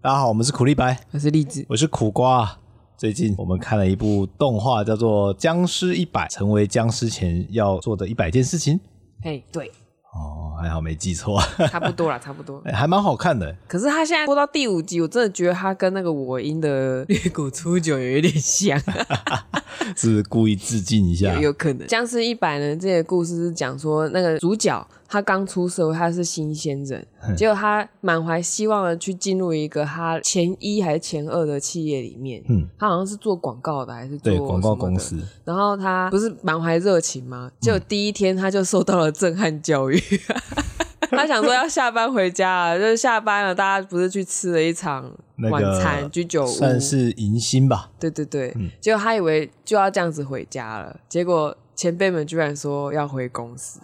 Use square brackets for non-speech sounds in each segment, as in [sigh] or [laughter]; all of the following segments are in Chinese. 大家好，我们是苦力白，我是栗子，我是苦瓜。最近我们看了一部动画，叫做《僵尸一百》，成为僵尸前要做的一百件事情。嘿，哎对，哦，还好没记错， [laughs] 差不多啦，差不多。还蛮好看的。可是他现在播到第五集，我真的觉得他跟那个我音的《猎狗出九》有一点像，是故意致敬一下 [laughs] 有。有可能。僵尸一百呢，这个故事是讲说那个主角他刚出社会，他是新鲜人，嗯结果他满怀希望的去进入一个他前一还是前二的企业里面，嗯他好像是做广告的还是做对，广告什么的公。司，然后他不是满怀热嗯情吗？结果第一天他就受到了震撼 [laughs] 教育。他想说要下班回家啊，就是下班了，大家不是去吃了一场那个晚餐、居酒屋，算是嗯迎新吧。对对对。结果他以为就要这样子回家了，结果前辈们居然说要回 [laughs] 公司，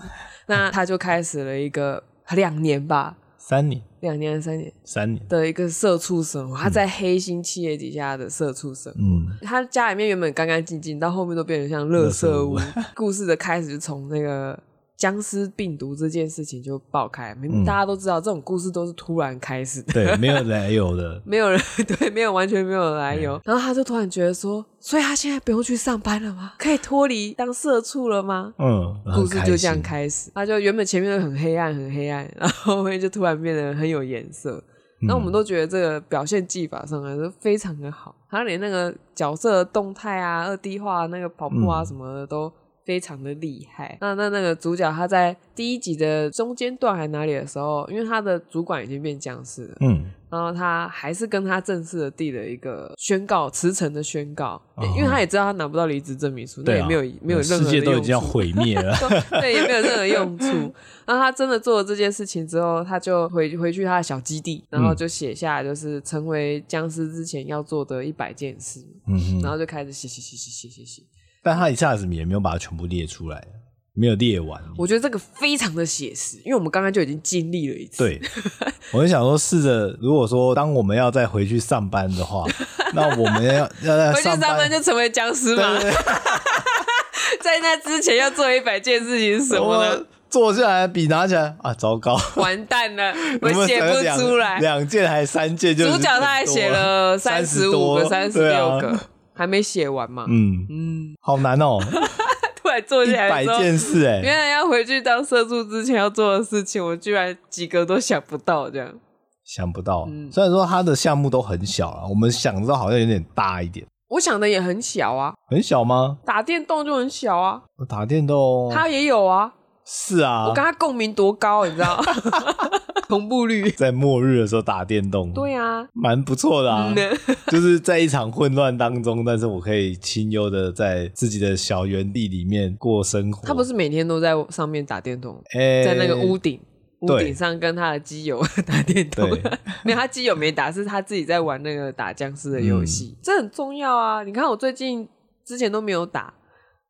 那他就开始了一个两年吧，三年，两年还是三年三年，的一个社畜生活，他在黑心企业底下的社畜生活。嗯，他家里面原本干干净净，到后面都变得像垃圾屋。 [laughs] 故事的开始就从那个僵尸病毒这件事情就爆开，明明大家都知道、这种故事都是突然开始的，，对，没有来由的 [laughs] 没有人 [laughs] 对，没有完全没有来由。然后他就突然觉得说，所以他现在不用去上班了吗？可以脱离当社畜了吗？嗯，然后故事就这样很开开始，他就原本前面都很黑暗，很黑暗，然后后面就突然变得很有颜色。心，那我们都觉得这个表现技法上来说非常的好，他连那个角色的动态啊、二 D 化、那个跑步啊嗯什么的都非常的厉害。那那那个主角他在第一集的中间段还哪里的时候，哦因为他的主管已经变僵尸了，嗯，然后他还是跟他正式的递了一个宣告辞呈的宣告，哦因为他也知道他拿不到离职证明书，那对也啊，没有没有任世何的界都已用经要处。毁灭 [laughs] 了，对，也没有任何用处。然后他真的做了这件事情之后，他就回回去他的小基地，然嗯后就写下就是成为僵尸之前要做的一百件事，嗯然哼，后就开始写写写写写写写。但他一下子也没有把它全部列出来，没有列完，我觉得这个非常的写实，因为我们刚刚就已经经历了一次。，对，我就想说，试着如果说当我们要再回去上班的话，那我们要要在回去上上班班就成为僵尸对嘛，对对，在那之前要做一百件事情是什么呢我？坐下来笔拿起来啊，糟糕，完蛋了，我们写不两出来。两件还三件就主角他还写了三十五个、三十六，多对啊个，还没写完嘛。嗯嗯，好难 [laughs] 哦，突然坐一下来百之后，件事哎、原来要回去当社畜之前要做的事情，我居然几个都想不到，这样。想不到，嗯虽然说他的项目都很小啊，我们想到好像有点大一点，我想的也很小啊，很小吗？打电动就很小啊，打电动，他也有啊，是啊，我跟他共鸣多高，你知道？ [laughs] 同步率。在末日的时候打电动，对啊，蛮不错的啊 [laughs] 嗯，[laughs] 呢，就是在一场混乱当中，但是我可以清幽的在自己的小园地里面过生活。哎他不是每天都在上面打电动，诶、在那个屋顶。屋对顶上跟他的基友打电动对， [laughs] 没有他基友没打，是他自己在玩那个打僵尸的游嗯戏，这很重要啊！你看我最近之前都没有打，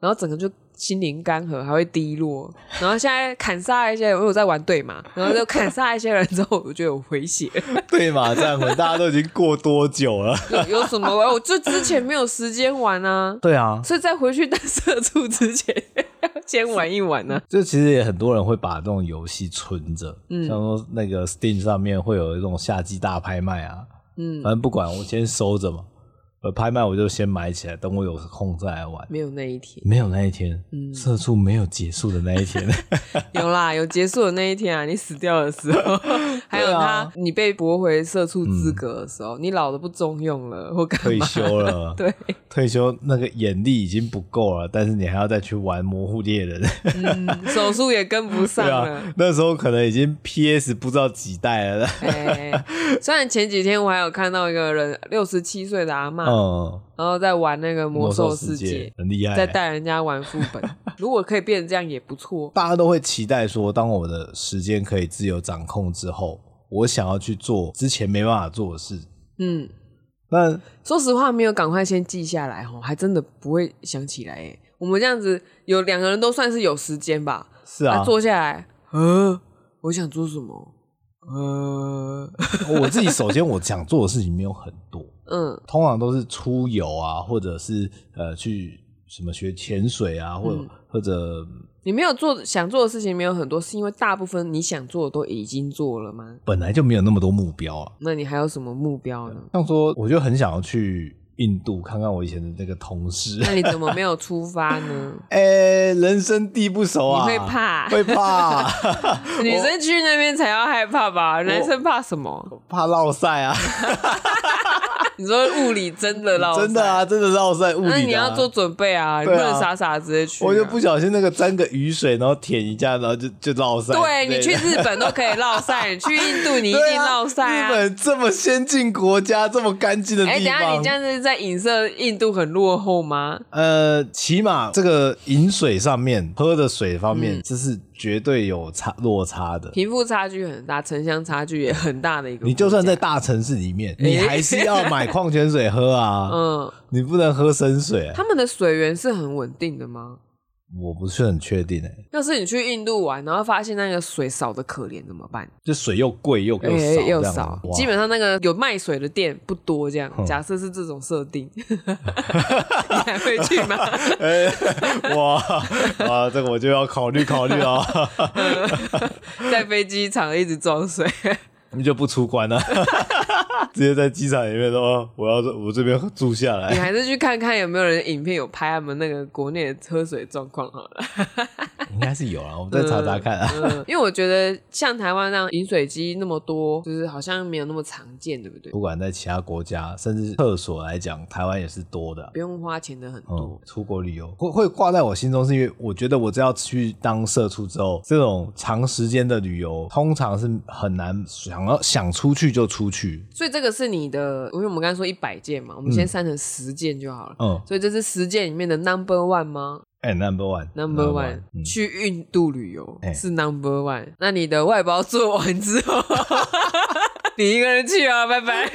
然后整个就心灵干涸，还会低落，然后现在砍杀一些人，因为我在玩对嘛，然后就砍杀一些人之后，我觉得我 [laughs] 回血，对嘛？这样子大家都已经过多久 [laughs] 了？有有什么玩？我就之前没有时间玩啊，对啊，所以在回去当社畜之前， [laughs] 要先玩一玩啊呢、就其实也很多人会把这种游戏存着，嗯像说那个 Steam 上面会有一种夏季大拍卖啊，嗯反正不管，我先收着嘛。呃，拍卖我就先买起来，等我有空再来玩。没有那一天。没有那一天，嗯社畜没有结束的那一 [laughs] 天。有啦，有结束的那一天啊，你死掉的 [laughs] 时候，还有对他、啊你被驳回社畜资格的时候，你老了不中用了或干退嘛？休了，对，退休那个眼力已经不够了，但是你还要再去玩《模糊猎 [laughs] 人》嗯，手术也跟不上对了。啊，那时候可能已经 PS 不知道几代了。哎、啊虽然前几天我还有看到一个人六十七岁的阿嬷，嗯，然后在玩那个啊魔兽世界界，哎很厉害、在带人家玩副 [laughs] 本，如果可以变成这样也不错。大家都会期待说，当我的时间可以自由掌控之后，我想要去做之前没办法做的事。嗯，那说实话，没有赶快先记下来哦，还真的不会想起来。哎，我们这样子有两个人都算是有时间吧，是啊，坐下来，呃，我想做什么？ [laughs] 呃， [laughs] 我自己首先我想做的事情没有很多，嗯通常都是出游啊，或者是呃去什么学潜水啊，或者、嗯或者你没有做想做的事情没有很多，是因为大部分你想做的都已经做了吗？本来就没有那么多目标啊。那你还有什么目标呢？像说，我就很想要去印度看看我以前的那个同事。 [laughs] 那你怎么没有出发 [laughs] 呢？哎、人生地不熟啊，你会怕会怕， [laughs] 女生去那边才要害怕吧？男生怕什么？怕落晒啊，你说物理真的啦，真的啊，真的落晒，物理、啊。那你要做准备啊，你不对啊能傻傻直接去啊、我就不小心那个沾个雨水，然后舔一下，然后就就落晒之类对的。你去日本都可以落晒，你去印度你一对定啊落晒日啊！本这么先进国家，这么干净的地哎、方，等一下你这样子在影射印度很落后吗？呃，起码这个饮水上面喝的水方嗯面，这是绝对有差落差的。贫富差距很大，城乡差距也很大的一个。你就算在，大城市里面，你还是要买矿泉水喝啊，哎 [laughs] 嗯，你不能喝生水、啊。他们的水源是很稳定的吗？我不是很确定哎、要是你去印度玩，然后发现那个水少的可怜，怎么办？就水又贵又又哎少，又这样少哇，嗯基本上那个有卖水的店不多，这样。假设是这种设定，你还会去 [laughs] 吗？哎、哇 [laughs] 啊，这个我就要考虑考虑啊， [laughs] 在飞机场一直装水，你就不出关了、 [laughs] 直接在机场里面说我要我这边住下你来。还是去看看有没有人影片有拍他们那个国内的喝水状况好了。 [laughs] 应该是有啊，我们再查查看啊。 [laughs] 嗯， [laughs] 因为我觉得像台湾那样饮水机那么多，就是好像没有那么常见，对不对？不管在其他国家，甚至厕所来讲，台湾也是多的啊。不用花钱的很多。嗯，出国旅游会会挂在我心中，是因为我觉得我只要去当社畜之后，这种长时间的旅游，通常是很难想要想出去就出去。所以这个是你的，因为我们刚才说一百件嘛，我们先删成十件就好了。嗯，所以这是十件里面的 number one 吗哎、n u m b e r ？number one，number one，、嗯去印度旅游、哎是 number one。那你的外包做完之后， [laughs] 你一个人去啊，拜拜。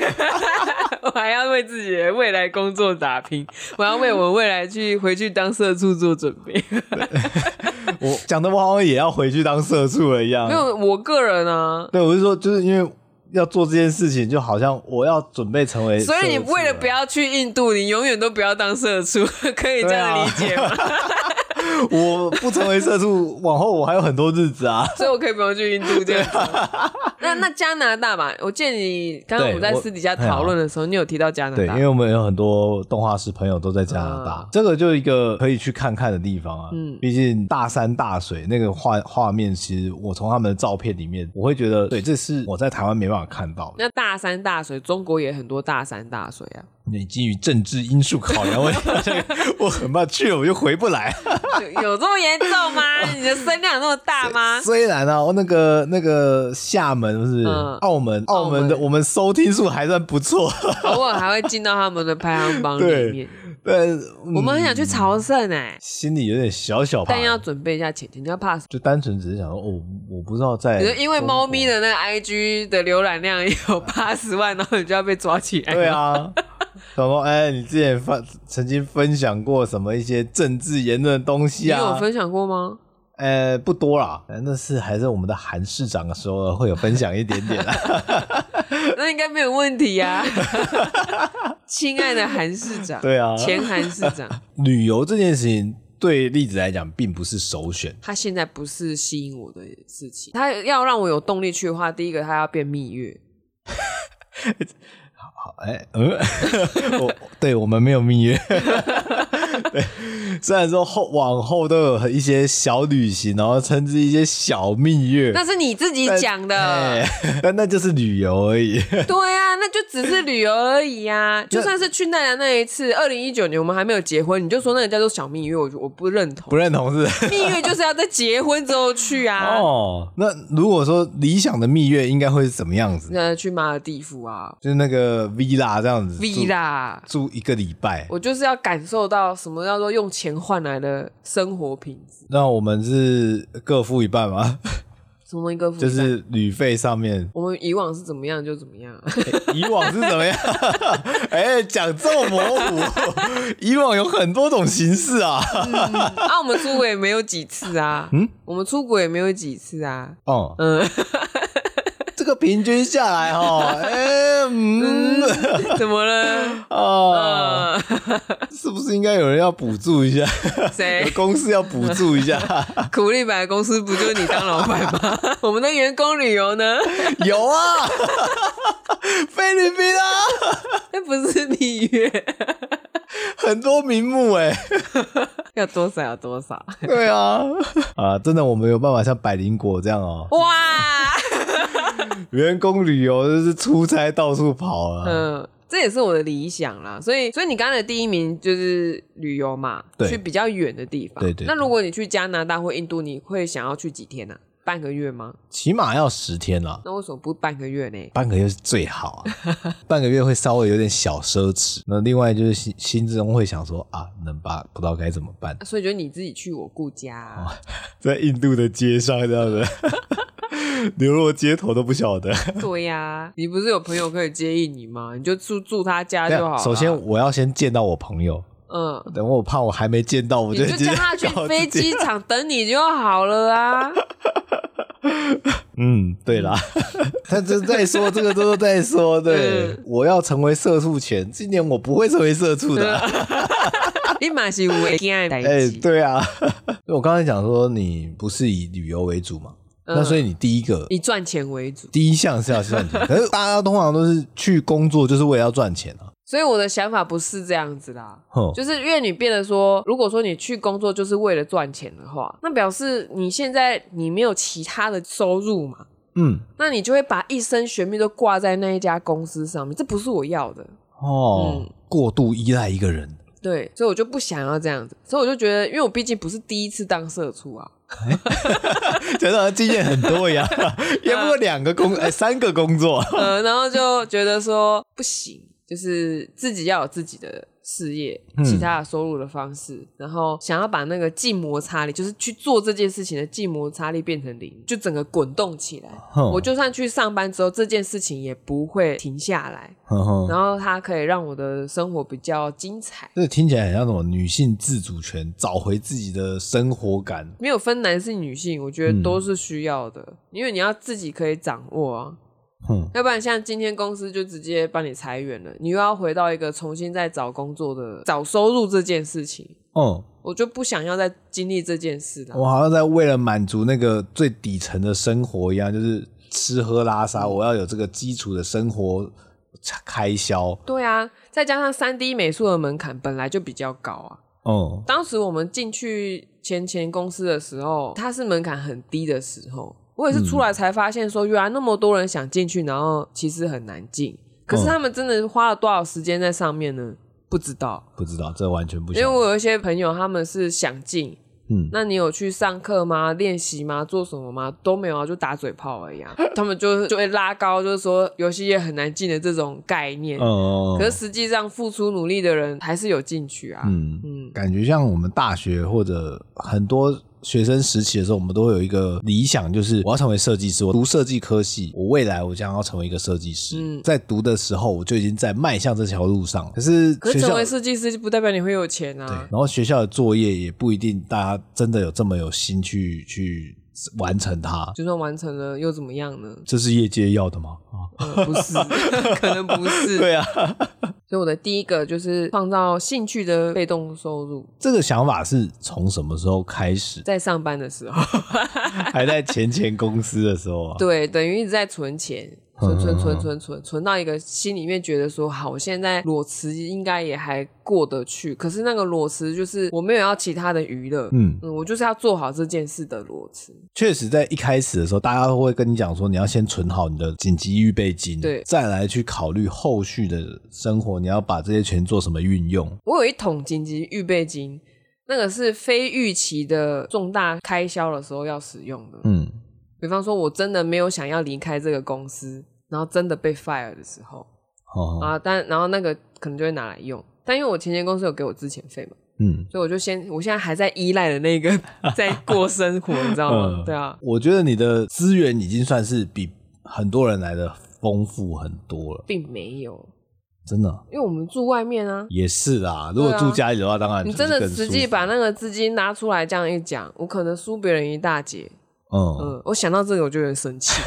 [laughs] 我还要为自己的未来工作打拼，我要为我未来去回去当社畜做准备。我讲的我好像也要回去当社畜了一样没。有，我个人啊，对，我是说，就是因为要做这件事情，就好像我要准备成为社畜，所以你为啊了不要去印度，你永远都不要当社畜， [laughs] 可以啊这样理解吗？ [laughs] 我不成为社 [laughs] 畜，往后我还有很多日子啊。所以我可以不用去印度这样子。那那加拿大吧，我见你刚刚我们在私底下讨论的时候，你有提到加拿对，因大。为我们有很多动画师朋友都在加拿大，嗯这个就一个可以去看看的地方啊。嗯嗯，毕竟大山大水那个画画面，其实我从他们的照片里面，我会觉得，对，这是我在台湾没办法看到的。那大山大水，中国也很多大山大水啊， [laughs] 你基于政治因素考量，我我很怕去了我就回不来。有有这么严重 [laughs] 吗？你的声量有那么大吗？虽然啊，那个那个厦门是、嗯澳门，澳门的澳门我们收听数还算不 [laughs] 错，偶尔还会进到他们的排行榜里面。但、我嗯、们很想去朝圣哎、心里有点小小怕但，要准备一下钱钱，你要怕什么？就单纯只是想说，哦，我不知道在你说因为中国猫咪的那个 IG 的浏览量有八十万，然后你就要被抓起 [laughs] 来。对啊，想说哎、你之前发曾经分享过什么一些政治言论的东你西有啊？分享过吗？ [laughs] 呃，不多啦，呃那是还是我们的韩市长的时候会有分享一点啊点啦。 [laughs] 那应该没有问题 [laughs] 呀、亲爱的韩市长，对啊前韩市 [laughs] 长，旅游这件事情对栗子来讲并不是首选，他现在不是吸引我的事情。他要让我有动力去的话，第一个他要变蜜月，哎、嗯， [laughs] 我对我们没有蜜 [laughs] 月。对，虽然说后往后都有一些小旅行，然后称之一些小蜜月，那是你自己讲 [laughs] 的哎。但那就是旅游而已。对啊，那就只是旅游而 [laughs] 已呀、就算是去奈良那一次，二零一九年我们还没有结婚，你就说那个叫做小蜜月，我就我不认同不。认同是不是？蜜月就是要在结婚之后去啊。 [laughs] 哦，那如果说理想的蜜月应该会是怎么样子？那去马尔地夫啊就是那个 villa 这样子，villa，住住一个礼拜。我就是要感受到什么叫做用钱换来的生活品质。那我们是各付一半 [laughs] 吗？什么一个负就担是旅费上面，我们以往是怎么样就怎么 [laughs] 样啊、以往是怎么样？ [laughs] 哎，讲这么模糊， [laughs] 以往有很多种形式啊。啊，我们出国也没嗯有几次啊，我们出国也没有几次啊，哦，嗯，这个平均下来哦， [laughs] 哎、嗯怎么了？ [laughs] 啊，呃，是不是应该有人要补助一下？谁有公司要补助一下？苦力白公司不就是你当老板吗？ [laughs] 我们的员工旅游呢？ [laughs] 有啊，菲律宾啊，那不是蜜月，很多名目哎、要多少有多少。对啊，啊，真的我们有办法像百灵果这样哦，哇，员工旅游就是出差到处跑啊。嗯，这也是我的理想啦。所以，所以你刚才的第一名就是旅游嘛，对去比较远的地方。对对对那如果你去加拿大或印度，你会想要去几天呢、啊？半个月吗？起码要十天啦，那为什么不半个月呢？半个月是最好啊， [laughs] 半个月会稍微有点小奢侈。那另外就是心心中会想说啊，能把不知道该怎么办，所以就你自己去我顾家啊、哦在印度的街上这样 [laughs] 子，流落街头都不晓得。 [laughs] 对呀、你不是有朋友可以接应你吗？你就住住他家就好啊了。首先，我要先见到我朋友，嗯，等我怕我还没见到，我你已就经叫他去搞自飞己机场等你就好了啊。 [laughs] 嗯，对啦， [laughs] 他这在说这个都是在说，对嗯，我要成为社畜前，今年我不会成为社畜的啊、你马是有惊的代 [laughs] 哎、志，对啊，我刚才讲说你不是以旅游为主嘛，嗯那所以你第一个以赚钱为主。第一项是要赚 [laughs] 钱，可是大家通常都是去工作就是为了要赚钱啊，所以我的想法不是这样子啦，哼，就是因为你变得说，如果说你去工作就是为了赚钱的话，那表示你现在你没有其他的收入嘛，嗯，那你就会把一生悬命都挂在那一家公司上面，这不是我要的。哦，嗯过度依赖一个 [laughs] 人， [laughs] 对，所以我就不想要这样子，所以我就觉得，因为我毕竟不是第一次当社畜啊，觉得好像经验很多一 [laughs] 样，也不过两个啊工，哎、三个工作，呃，然后就觉得说不行，就是自己要有自己的事业，嗯其他的收入的方式，然后想要把那个静摩擦力，就是去做这件事情的静摩擦力变成零，就整个滚动起来。哼我就算去上班之后，这件事情也不会停下来， [laughs] 哼哼然后它可以让我的生活比较精彩。这听起来很像什么女性自主权，找回自己的生活感。没有分男性女性，我嗯觉得都是需要的，因为你要自己可以掌握啊。哼，要不然像今天公司就直接帮你裁员了，你又要回到一个重新再找工作的找收入这件事情，嗯，我就不想要再经历这件事了。我好像在为了满足那个最底层的生活一样，就是吃喝拉撒，我要有这个基础的生活开销。对啊，再加上三 D 美术的门槛本来就比较高啊。嗯，当时我们进去前前公司的时候，它是门槛很低的时候，我也是出来才发现说，原来那么多人想进去，然后其实很难进。可是嗯他们真的花了多少时间在上面呢？不知道，不知道，这完全不因为行。我有一些朋友他们是想进，嗯，那你有去上课吗？练习吗？做什么吗？都没有啊，就打嘴炮而 [laughs] 已啊。他们就就会拉高，就是说游戏也很难进的这种概念。嗯嗯，嗯可是实际上付出努力的人还是有进去啊。嗯，嗯感觉像我们大学或者很多学生时期的时候，我们都会有一个理想，就是我要成为设计师，我读设计科系，我未来我将要成为一个设计师。嗯在读的时候，我就已经在迈向这条路上了。可是可学是成校为设计师不代表你会有钱对，啊然。后学校的作业也不一定大家真的有这么有心去去完成它。就算完成了又怎么样 [laughs] 呢？这是业界要的吗？ [laughs] 啊，呃不 [laughs] 是，可能不是。对啊，所以我的第一个就是创造兴趣的被动收入，这个想法是从什么时候开 [laughs] 始？在上班的时候。还在前前公司的时候啊？对，等于一直在存钱，存存嗯存存存，存到一个心里面觉得说，好，我现在裸辞应该也还过得去。可是那个裸辞就是我没有要其他的娱乐，嗯，嗯，我就是要做好这件事的裸辞。确实，在一开始的时候，大家都会跟你讲说，你要先存好你的紧急预备金，对再来去考虑后续的生活，你要把这些钱做什么运用。我有一桶紧急预备金，那个是非预期的重大开销的时候要使用的。嗯，比方说，我真的没有想要离开这个公司，然后真的被 fire 的时候哦，啊，但然后那个可能就会拿来用。但因为我前前公司有给我之前费嘛。嗯，所以我就先，我现在还在依赖的 [laughs] 那个在过生活，你知道吗？嗯对啊，我觉得你的资源已经算是比很多人来的丰富很多了，并没有，真的因为我们住外面啊。也是啦。如果对啊住家里的话，当然你就是真的更舒实际服把那个资金拿出来这样一讲，我可能输别人一大截。嗯嗯，我想到这个我就有点生气，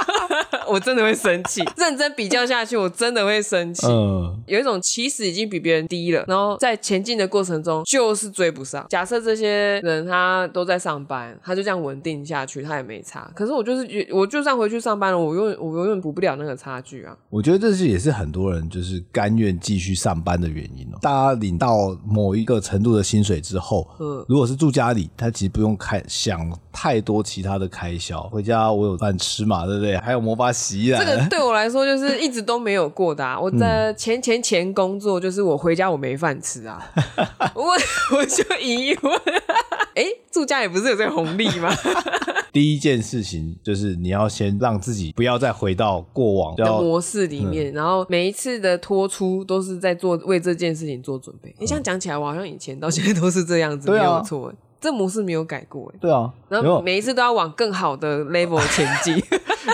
[laughs] 我真的会生气。 [laughs] 认真比较下去，我真的会生气。嗯，有一种起始已经比别人低了，然后在前进的过程中就是追不上。假设这些人他都在上班，他就这样稳定下去，他也没差。可是我就是觉，我就算回去上班了，我永远我永远补不了那个差距啊。我觉得这是也是很多人就是甘愿继续上班的原因哦。大家领到某一个程度的薪水之后，嗯如果是住家里，他其实不用开想太多其他的开销，回家我有饭吃嘛，对不对？还有魔法洗衣这个篮，对我来说就是一直都没有过的、啊。我在前前前工作就是我回家我没饭吃啊，我 [laughs] 我就疑问，哎、住家也不是有这个红利吗？ [laughs] 第一件事情就是你要先让自己不要再回到过往，的要模式里嗯面，然后每一次的拖出都是在做为这件事情做准备。你、这样讲起来，我好像以前到现在都是这样子，嗯对没啊有错，这模式没有改过。哎对啊，然没有后每一次都要往更 [laughs] 好的 level 前进。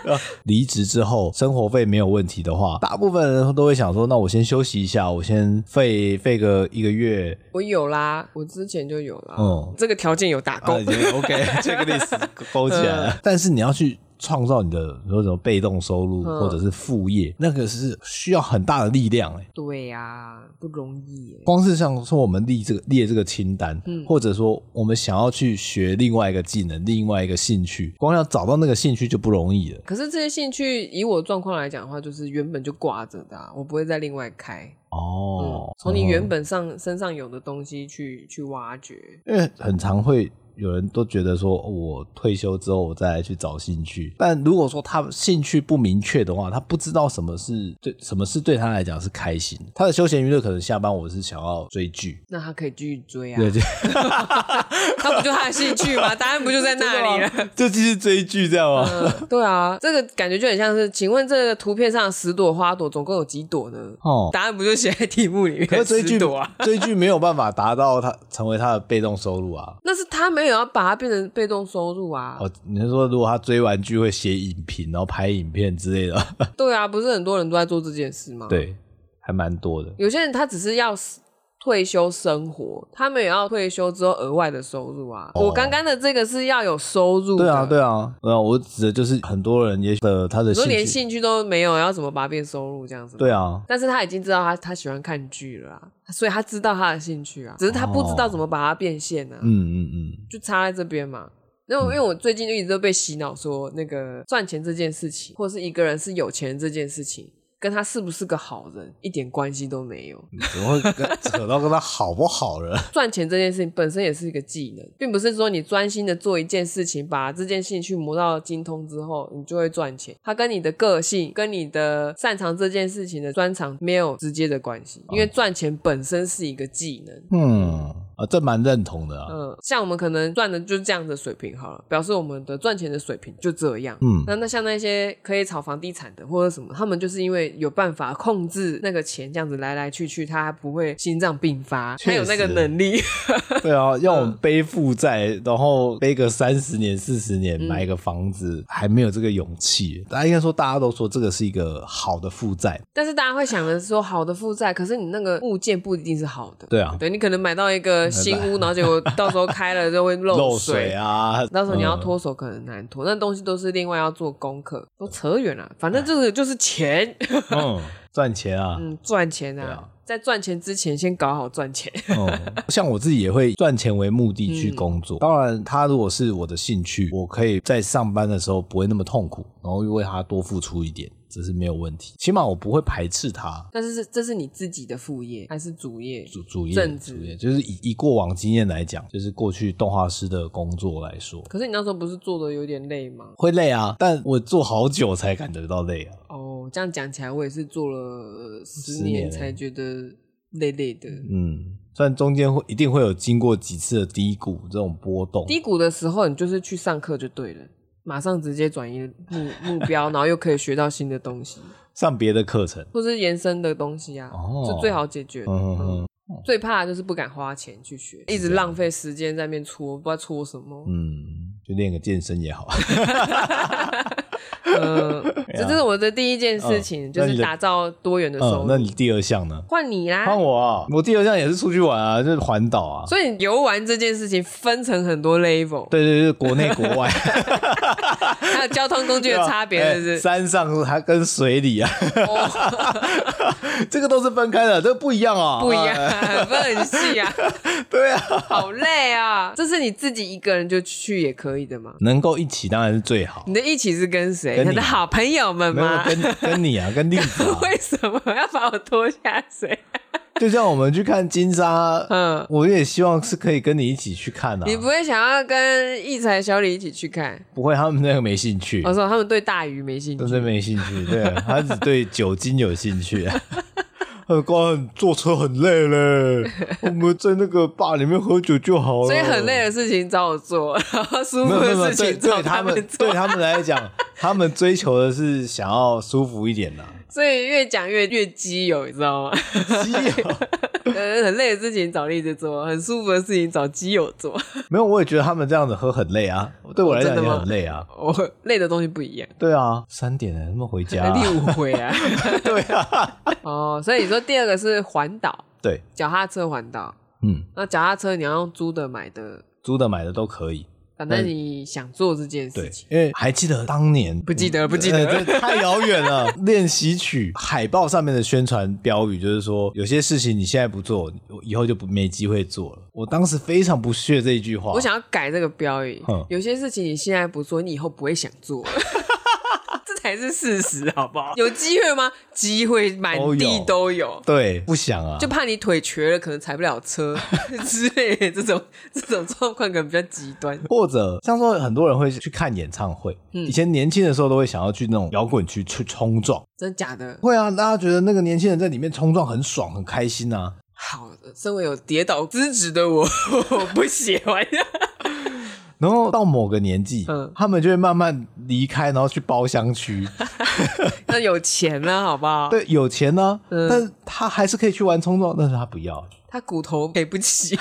啊离职之后生活费没有问题的话，大部分人都会想说，那我先休息一下，我先废废个一个月，我有啦，我之前就有啦。嗯，这个条件有打勾嗯啊，已经 [laughs] OK，这个历史勾起来了。但是你要去创造你的说什么被动收入嗯或者是副业，那个是需要很大的力量、欸对呀、不容易耶。光是像说我们列这个列这个清单，嗯或者说我们想要去学另外一个技能、另外一个兴趣，光要找到那个兴趣就不容易了。可是这些兴趣，以我状况来讲的话，就是原本就挂着的啊、我不会再另外开。哦嗯，，从你原本上身上有的东西去去挖掘。因为很常会有人都觉得说，哦我退休之后我再来去找兴趣。但如果说他兴趣不明确的话，他不知道什么是对什么是对他来讲是开心。他的休闲娱乐可能下班我是想要追剧，那他可以继续追啊，对对， [laughs] 那不就他的兴趣 [laughs] 吗？答案不就在那里了？了， [laughs] 就继续追剧这样哦吗？ [laughs] 嗯对啊，这个感觉就很像是，请问这个图片上的十朵花朵总共有几朵呢？哦，答案不就写在题目里 [laughs] 面？可是追十剧朵啊，追剧没有办法达到他成为他的被动收入啊。那是他没有要把它变成被动收入啊。哦，你是说如果他追完剧会写影评，然后拍影片之类的？ [laughs] 对啊，不是很多人都在做这件事吗？，对，还蛮多的。有些人他只是要 s- 退休生活，他们也要退休之后额外的收入啊。哦我刚刚的这个是要有收入的，对啊，对啊。啊，没有，我指的就是很多人也的他的你说兴连趣，兴趣都没有，要怎么把它变收入这样子吗？对啊，但是他已经知道他他喜欢看剧了、啊，所以他知道他的兴趣啊，只是他不知道怎么把它变现呢、啊，嗯嗯嗯，就插在这边嘛。那我因为我最近就一直都被洗脑说，那个赚钱这件事情，或是一个人是有钱人这件事情，跟他是不是个好人一点关系都没有。你怎么会跟 [laughs] 扯到跟他好不好了？赚钱这件事情本身也是一个技能，并不是说你专心的做一件事情，把这件兴趣磨到精通之后，你就会赚钱。它跟你的个性、跟你的擅长这件事情的专长没有直接的关系，哦因为赚钱本身是一个技 [laughs] 能。嗯啊，这蛮认同的啊。嗯，像我们可能赚的就是这样的水平好了，表示我们的赚钱的水平就这样。嗯那那像那些可以炒房地产的或者什么，他们就是因为有办法控制那个钱，这样子来来去去，他不会心脏病发，他有那确个实能力。嗯 [laughs] 对啊，要我们背负债，然后背个三十年、四十年嗯买个房子，还没有这个勇气。大家应该说，大家都说这个是一个好的负债。但是大家会想的是说，好的负债，可是你那个物件不一定是好的。对啊对你可能买到一个新屋，然后结果到时候开了就会 [laughs] 漏漏水。啊， [laughs] 到时候你要嗯脱手可能难脱，那东西都是另外要做功课，都扯远了、反正这个就是钱，嗯，赚钱啊， [laughs] 嗯，赚钱对啊，啊在赚钱之前先搞好赚钱。 [laughs] 嗯，像我自己也会赚钱为目的去工嗯作。当然，它如果是我的兴趣，我可以在上班的时候不会那么痛苦，然后为它多付出一点，这是没有问题。起码我不会排斥它。但是这这是你自己的副业还是主业？主主业正职主业就是以以过往经验来讲，就是过去动画师的工作来说，可是你那时候不是做的有点累吗？会累啊，但我做好久才感觉到累啊。哦，这样讲起来，我也是做了十十年年才觉得累累的。嗯，虽然中间会一定会有经过几次的低谷这种波动，低谷的时候，你就是去上课就对了，马上直接转移目目标，然后又可以学到新的东西，上别的课程，或是延伸的东西啊，哦是最好解决的。嗯嗯 [laughs] 最怕的就是不敢花钱去学，一直浪费时间在那边搓，不知道搓什么。嗯，就练个健身也好。嗯，这这是我的第一件事哎嗯情，就那你是的打造多元的收嗯，那入。你第二项呢？换你啦，换我啊，我第二项也是出去玩啊，就是环岛啊。哎所以游玩这件事情分成很多 level，对对对，国内国外还 [laughs] 有交通工具的差别，哎是不是？山上还跟水里啊， [laughs] 这个都是分开的，这个不一样啊，哦不一样哎， [laughs] 分很细啊，对啊，好累啊！这是你自己一个人就去也可以的吗？能够一起当然是最好。你的一起是跟谁？跟你你的好朋友们没有吗？跟跟你啊，跟栗子啊， [laughs] 为什么要把我拖下 [laughs] 水？就像我们去看金沙，嗯，我也希望是可以跟你一起去看啊。你不会想要跟一才、小李一起去看？不会，他们那个没兴趣我，说他们对大鱼没兴嗯真趣，的没兴 [laughs] 趣。对，啊他只对酒精有兴趣。 [laughs] 呃，光坐车很累 [laughs] 嘞，我们在那个坝里面喝酒就好了。所以很累的事情找我做，然后舒没服有。没有没有，的事对情找对他们们做对。他们来讲，他们追求的是想要舒服一点啦。所以越讲越越基友，你知道吗？ [laughs] 基友呃，很累的事情找栗子做，很舒服的事情找基友做。 [laughs] 没有，我也觉得他们这样子喝很累啊，对我来讲哦真的也吗很累啊。我累的东西不一样，对啊，三点了，他们回家啊、第五回啊。 [laughs] 对啊， [laughs] 哦，所以你说第二个是环岛，对，脚踏车环岛。嗯，那脚踏车你要用租的、买的，租的买的都可以。反正你想做这件嗯对事情，。因为还记得当年不记得不记得呃这太遥远了。 [laughs] 练习曲海报上面的宣传标语就是说，有些事情你现在不做，我以后就不没机会做了。我当时非常不屑这一句话，我想要改这个标语哼，有些事情你现在不做，你以后不会想做。 [laughs] 这才是事实，好不好？有机会吗？机会满地都有，对不想啊，就怕你腿瘸了，可能踩不 [laughs] 了车之类的这种这种状况，可能比较极端。或者像说很多人会去看演唱会，嗯以前年轻的时候都会想要去那种摇滚区去冲撞，真的假的？会啊，大家觉得那个年轻人在里面冲撞很爽很开心啊。好，身为有跌倒资质的我， [laughs] 我不喜欢。 [laughs] 然后到某个年纪，嗯他们就会慢慢离开，然后去包厢区。那有钱了，好不好？对，有钱呢、嗯但是他还是可以去玩冲撞，但是他不 [laughs] 要，他骨头赔不起。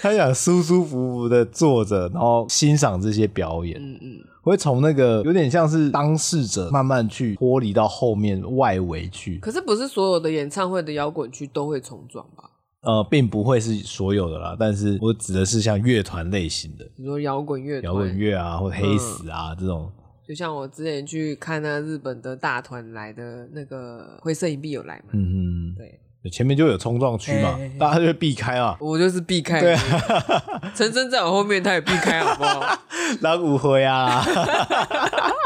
他想舒舒服服的坐着，然后欣赏这些表演。嗯嗯，我会从那个有点像是当事者慢慢去脱离到后面外围去，可是不是所有的演唱会的摇滚区都会重装吧？呃，并不会是所有的啦，但是我指的是像乐团类型的你说摇滚乐团，摇滚乐啊，或黑死啊、这种。就像我之前去看那日本的大团来的那个灰色银币有来嘛？嗯嗯对，嗯，前面就有冲撞区嘛，哎大家就会避开啊， [laughs] 我就是避开。对 [laughs] [laughs] 陈真在我后面，他也避开，好不好？狼舞会啊， [laughs]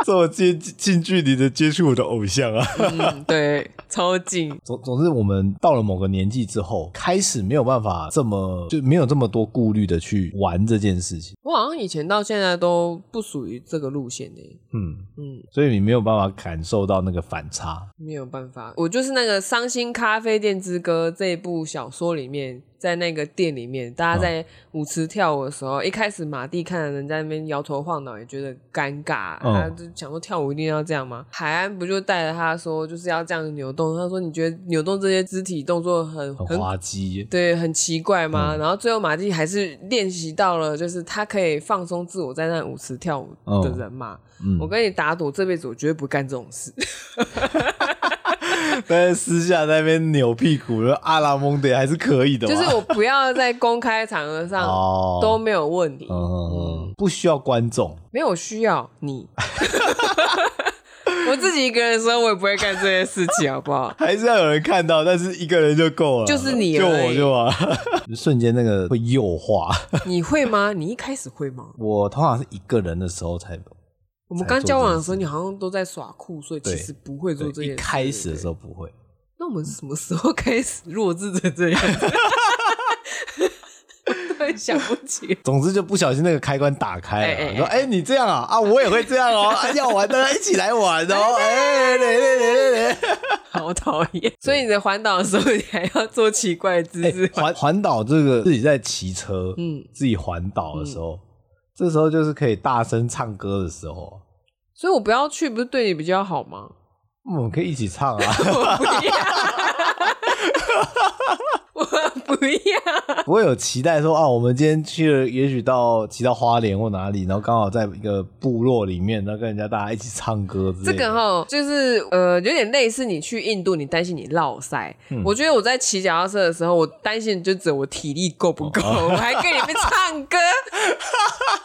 这么近近距离的接触我的偶像啊。嗯，对，超近。总总之，我们到了某个年纪之后，开始没有办法这么就没有这么多顾虑的去玩这件事情。我好像以前到现在都不属于这个路线的、嗯，嗯，所以你没有办法感受到那个反差。没有办法，我就是那个《伤心咖啡店之歌》这一部小说里面，在那个店里面，嗯大家在舞池跳舞的时候，一开始马蒂看人在那边摇头晃脑，也觉得尴尬，啊嗯他就想说跳舞一定要这样吗？海安不就带着他说就是要这样扭动，他说你觉得扭动这些肢体动作很很滑嗯稽，对，很奇怪吗？然后最后马蒂还是练习到了，就是他可以放松自我，在那舞池跳舞的人嘛。嗯我跟你打赌，这辈子我绝对不干这种事。但是私下在那边扭屁股，阿拉蒙德还是可以的嘛。就是我不要在公开场合上哦都没有问你，嗯，不需要观众，没有需要你。 [laughs] 我自己一个人的时候，我也不会干这些事情，好 [laughs] 不好？还是要有人看到，但是一个人就够了，就是你就而我已就完， [laughs] 瞬间那个会诱化。你会吗？你一开始会吗？我通常是一个人的时候才，我们刚交往的时候，你好像都在耍酷，所以其对实不会做对这些。一开始的时候，候不会。那我们是什么时候开始弱智成这样子？我突然想不起。总之就不小心那个开关打开哎哎了，哎说：“哎，你这样啊啊，我也会这样 [laughs] 哦，啊要玩大家一起来玩哦，哎，来来来来来。好讨厌！所以你在环岛的时候，你还要做奇怪的姿哎势。环环岛这个自己在骑车，嗯自己环岛的时候，这时候就是可以大声唱歌的时候，所以我不要去， [laughs] 嗯不是对你比较好吗？我们可以一起唱啊。我不要，我不要， [laughs] 不会有期待说啊，我们今天去了，也许到骑到花莲或哪里，然后刚好在一个部落里面，然后跟人家大家一起唱歌之类这的。个哈，就是呃，有点类似你去印度，你担心你落塞。嗯我觉得我在骑脚踏车的时候，我担心就只有我体力够不够，哦我还跟你们唱 [laughs] 歌，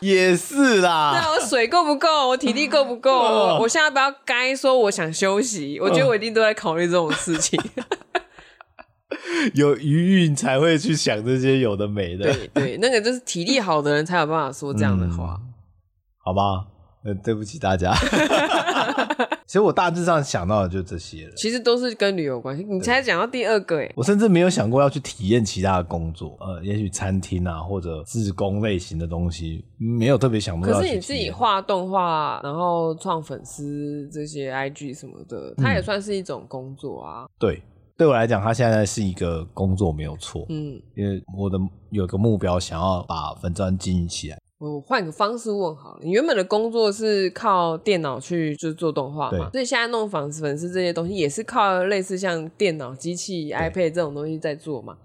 也是啦，那我水够不够，我体力够不够，我我现在不要该说我想休息，我觉嗯得我一定都在考虑这种事情。有余韵才会去想这些有的没的，对对，那个就是体力好的人才有办法说这样的话。嗯好吧？呃，对不起大 [laughs] 家。其实我大致上想到的就这些了，其实都是跟旅游有关系。你才讲到第二个，哎，我甚至没有想过要去体验其他的工作，呃，也许餐厅啊或者自工类型的东西，没有特别想过要可去体是验。你自己画动画，然后创粉丝这些 IG 什么的，它嗯也算是一种工作啊。对，对我来讲，它现在是一个工作没有错，嗯，因为我的有个目标，想要把粉砖经营起来。我换个方式问好了，你原本的工作是靠电脑去就是做动画嘛，对所以现在弄粉丝粉丝这些东西也是靠类似像电脑、机器、iPad 这种东西在做嘛。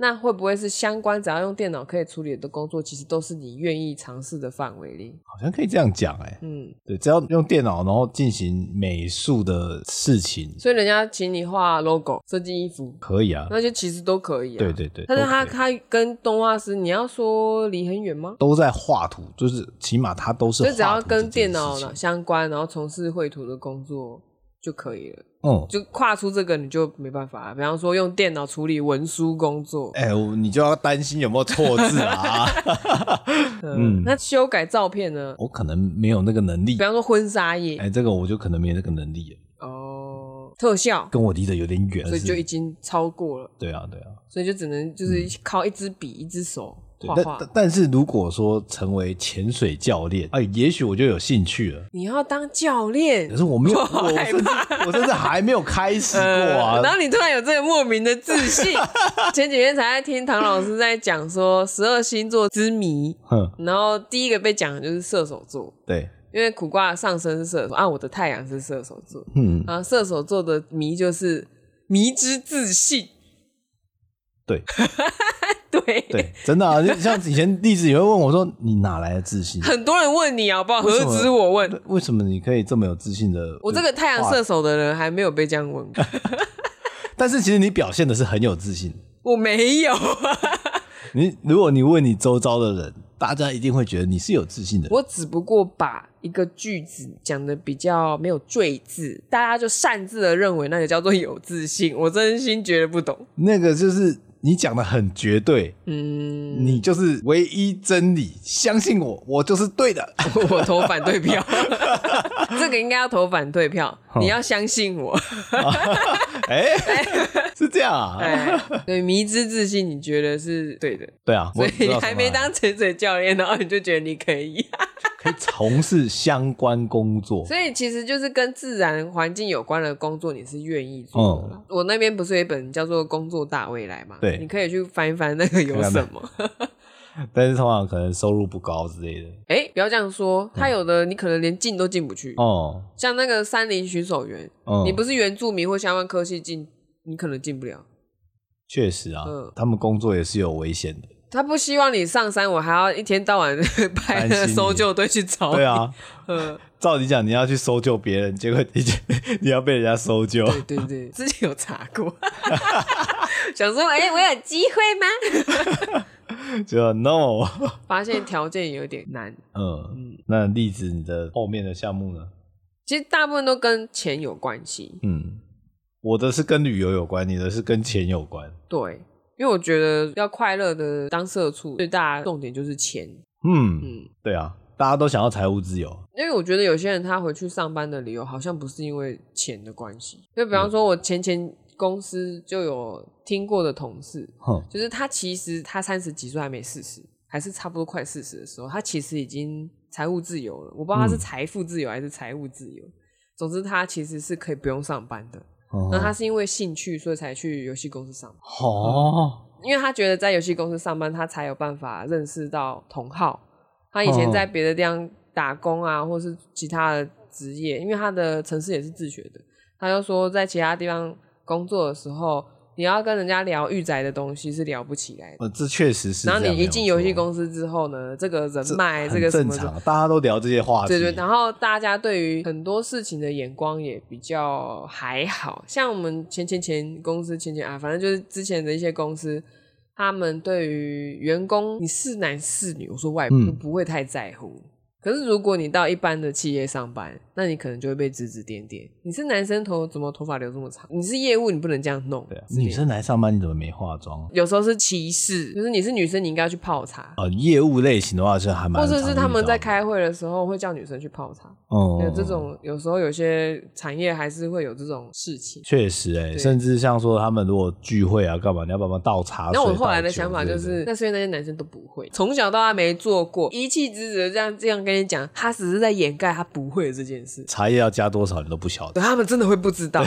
那会不会是相关只要用电脑可以处理的工作，其实都是你愿意尝试的范围里？好像可以这样讲哎、嗯，对，只要用电脑，然后进行美术的事情，所以人家请你画 logo、设计衣服，可以啊。那就其实都可以啊。对对对，但是他都可以他跟动画师，你要说离很远吗？都在画图，就是起码他都是就只要画图跟这件电脑事情相关，然后从事绘图的工作就可以了。嗯，就跨出这个你就没办法了。啊比方说用电脑处理文书工作，哎、我你就要担心有没有错字啊。嗯，那修改照片呢？ [laughs] 我可能没有那个能力比，方说婚纱业哎、这个我就可能没那个能力了，哦，特效，跟我离得有点远。所以是就已经超过了，对啊，对啊。所以就只能就是靠一支笔、一只手嗯对画但画但。但是如果说成为潜水教练，哎，也许我就有兴趣了。你要当教练可，是我没 [laughs] 有，我好我害甚至我甚至还没有开始过啊 [laughs] 呃。然后你突然有这个莫名的自 [laughs] 信。前几天才在听唐老师在讲说十二星座之谜，哼，然后第一个被讲的就是射手座，对，因为苦瓜的上升是射手，啊，我的太阳是射手座，嗯，啊，射手座的迷就是迷之自信， [laughs] 对对。对，真的 [laughs] 啊，就像以前例子也会问我说，你哪来的自信？ [laughs] 很多人问你好不好？为什何么止我问，为什么你可以这么有自信的？我这个太阳射手的人还没有被这样问过，但是其实你表现的是很有自信。 [laughs] 我没有，啊你如果你问你周遭的人，大家一定会觉得你是有自信的人。我只不过把一个句子讲的比较没有赘字，大家就擅自的认为那个叫做有自信，我真心觉得不 [laughs] 懂。那个就是你讲的很绝对，嗯，你就是唯一真理，相信我，我就是对的。 [laughs] 我投反对票， [laughs] 这个应该要投反对票，哦你要相信我。哎、是这样啊？哎，对，迷之自信，你觉得是对的，对啊，所我以知你道还什么没啊当潜水教练，然后你就觉得你可以。 [laughs] 可以从事相关工作，所以其实就是跟自然环境有关的工作，你是愿意做的啦。我那边不是有一本叫做《工作大未来》嘛？哦对你可以去翻一翻那个有看看什 [laughs] 么。但是通常可能收入不高之类的。哎、不要这样说，他有的你可能连进都进不去。嗯哦，像那个山林巡守员，嗯，你不是原住民或相关科系进，你可能进不了。确实啊、嗯他们工作也是有危险的。他不希望你上山，我还要一天到晚 [laughs] 派担那个心你搜救队去找你。对，啊， [laughs] 嗯，照理讲你要去搜救别人，结果你 [laughs] 你要被人家搜救，对对对， [laughs] 之前有查过， [laughs] 想说，哎、我有机会吗？ [laughs] 就 no。发现条件有点难。嗯，那例子你的后面的项目呢？其实大部分都跟钱有关系，嗯，我的是跟旅游有关，你的是跟钱有关。对，因为我觉得要快乐的当社畜，最大的重点就是钱，嗯，嗯，对啊，大家都想要财务自由。因为我觉得有些人他回去上班的理由好像不是因为钱的关系，就比方说我前前公司就有听过的同事，哼，就是他其实他三十几岁还没四十，还是差不多快四十的时候，他其实已经财务自由了。我不知道他是嗯财富自由还是财务自由，总之他其实是可以不用上班的。那他是因为兴趣，所以才去游戏公司上班，哦，因为他觉得在游戏公司上班，他才有办法认识到同好。他以前哦在别的地方打工啊，或是其他的职业，因为他的城市也是自学的，他就说在其他地方工作的时候，你要跟人家聊御宅的东西是聊不起来的。呃，这确实是这然样。后你一进没有游戏错公司之后呢，这个人很脉，这个什正么的，常，啊大家都聊这些话题。对对，然后大家对于很多事情的眼光也比较还好，像我们前前前公司前前啊，反正就是之前的一些公司，他们对于员工你是男是女，我说外部、嗯不会太在乎。可是如果你到一般的企业上班，那你可能就会被指指点点。你是男生头怎么头发留这么长？你是业务，你不能这样弄。对啊，之类的女生来上班你怎么没化妆？有时候是歧视，就是你是女生，你应该要去泡茶，呃，业务类型的话是还蛮或常遇到嗯者的，是他们在开会的时候会叫女生去泡茶。哦有这种，有时候有些产业还是会有这种事情。确实哎、对甚至像说他们如果聚会啊干嘛，你要帮忙倒茶水。那我后来啊倒的酒想法之类就的是，那是因为那些男生都不会，从小到大没做过，一气之责这样这样跟你讲，他只是在掩盖他不会的这件 [laughs] 事。茶叶要加多少你都不晓 [laughs] 得对，他们真的会不知道，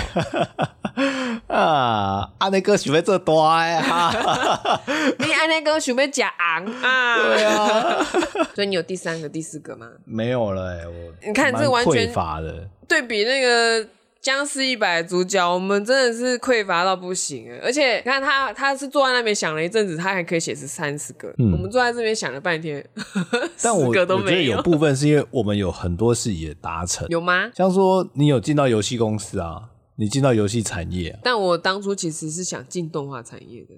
啊！阿内哥喜欢这多呀， [laughs] 你按那个准备假昂对啊！啊， [laughs] 所以你有第三个、第四个吗？ [laughs] 没有了哎、我你看这蛮完全匮乏的，对比那个《僵尸一百》主角，我们真的是匮乏到不行了。而且你看他，他是坐在那边想了一阵子，他还可以写是三十个，嗯我们坐在这边想了半天，但我 [laughs] 十个都我觉得没有部分是因为我们有很多事也达成，有吗？像说你有进到游戏公司啊，你进到游戏产业、啊，但我当初其实是想进动画产业的，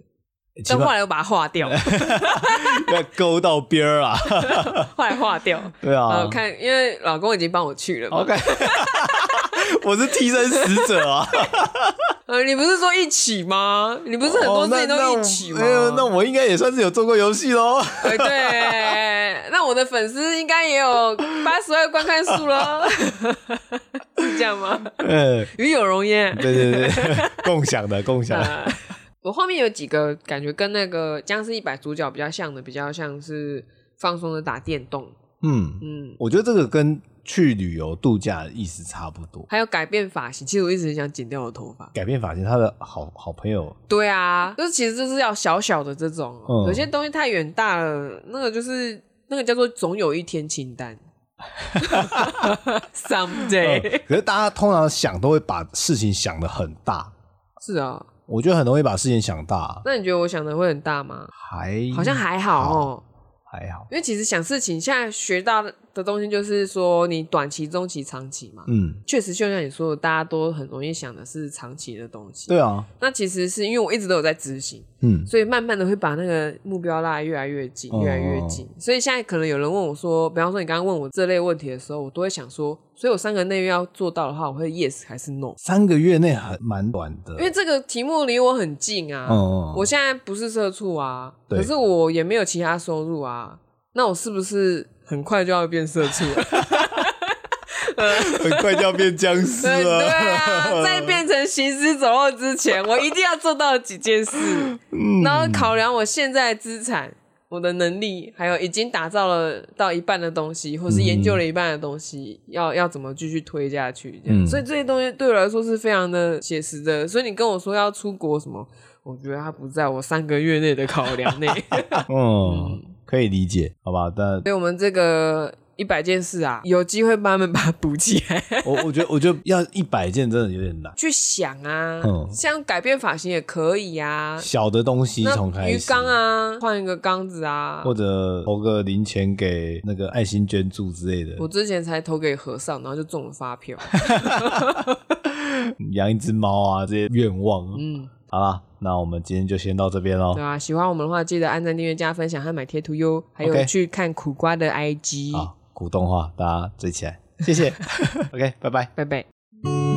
起但后码来又把它 [laughs] 划掉，要勾到边儿 [laughs] 啊，后来划掉。对啊哦呃，看，因为老公已经帮我去了嘛。 ，OK，我是替身使者啊。呃，你不是说一起吗？你不是很多哦事情那那都我一起吗？哎呦那我应该也算是有做过游戏 [laughs] 喽。呃对，那我的粉丝应该也有八十万观看数 [laughs] 了，是这样吗？嗯，与有荣焉。对对对， [laughs] 共享的共享。呃我后面有几个感觉跟那个《僵尸一百》主角比较像的，比较像是放松的打电动，嗯，嗯，我觉得这个跟去旅游度假的意思差不多。还有改变发型。其实我一直很想剪掉我的头发，改变发型，他的好好朋 [laughs] 友对啊，就是其实就是要小小的这种哦、嗯有些东西太远大了，那个就是那个叫做总有一天清单 [laughs] ，someday，、呃可是大家通常想都会把事情想的很大，是啊。我觉得很容易把事情想大，那你觉得我想的会很大吗？还好像还好哦，还好。因为其实想事情现在学到的东西就是说，你短期、中期、长期嘛。嗯，确实，就像你说的，大家都很容易想的是长期的东西。对啊，那其实是因为我一直都有在执行，嗯，所以慢慢的会把那个目标拉得越来越近，哦越来越近。所以现在可能有人问我说，比方说你刚刚问我这类问题的时候，我都会想说，所以我三个内月要做到的话，我会 yes 还是 no？三个月内还蛮短的，因为这个题目离我很近啊，嗯嗯，我现在不是社畜啊，对可是我也没有其他收入啊，那我是不是很快就要变社畜 [laughs] 了？很快就要变僵尸对了，对啊，在变成行尸走肉之前，我一定要做到几件事，嗯然后考量我现在的资产、我的能力，还有已经打造了到一半的东西，或是研究了一半的东西，要要怎么继续推下去？这样，嗯嗯所以这些东西对我来说是非常的写实的。所以你跟我说要出国什么，我觉得它不在我三个月内的考量内。 [laughs] 嗯，可以理解，好吧？但所以我们这个一百件事啊，有机会慢慢把它补起来。 [laughs] 我我觉得，我觉得要一百件真的有点难。去想啊，嗯像改变发型也可以啊，小的东西从那开鱼始，缸啊，换一个缸子啊或。者投个零钱给那个爱心捐助之类的，我之前才投给和尚，然后就中了发 [laughs] 票。养一只猫啊这些愿望。嗯，好啦，那我们今天就先到这边喽对。啊，喜欢我们的话，记得按赞、订阅、加分享和买贴图哟，还有 OK 去看苦瓜的 IG。 [laughs] 好，股动画大家追起来，谢谢。OK，拜拜。拜拜。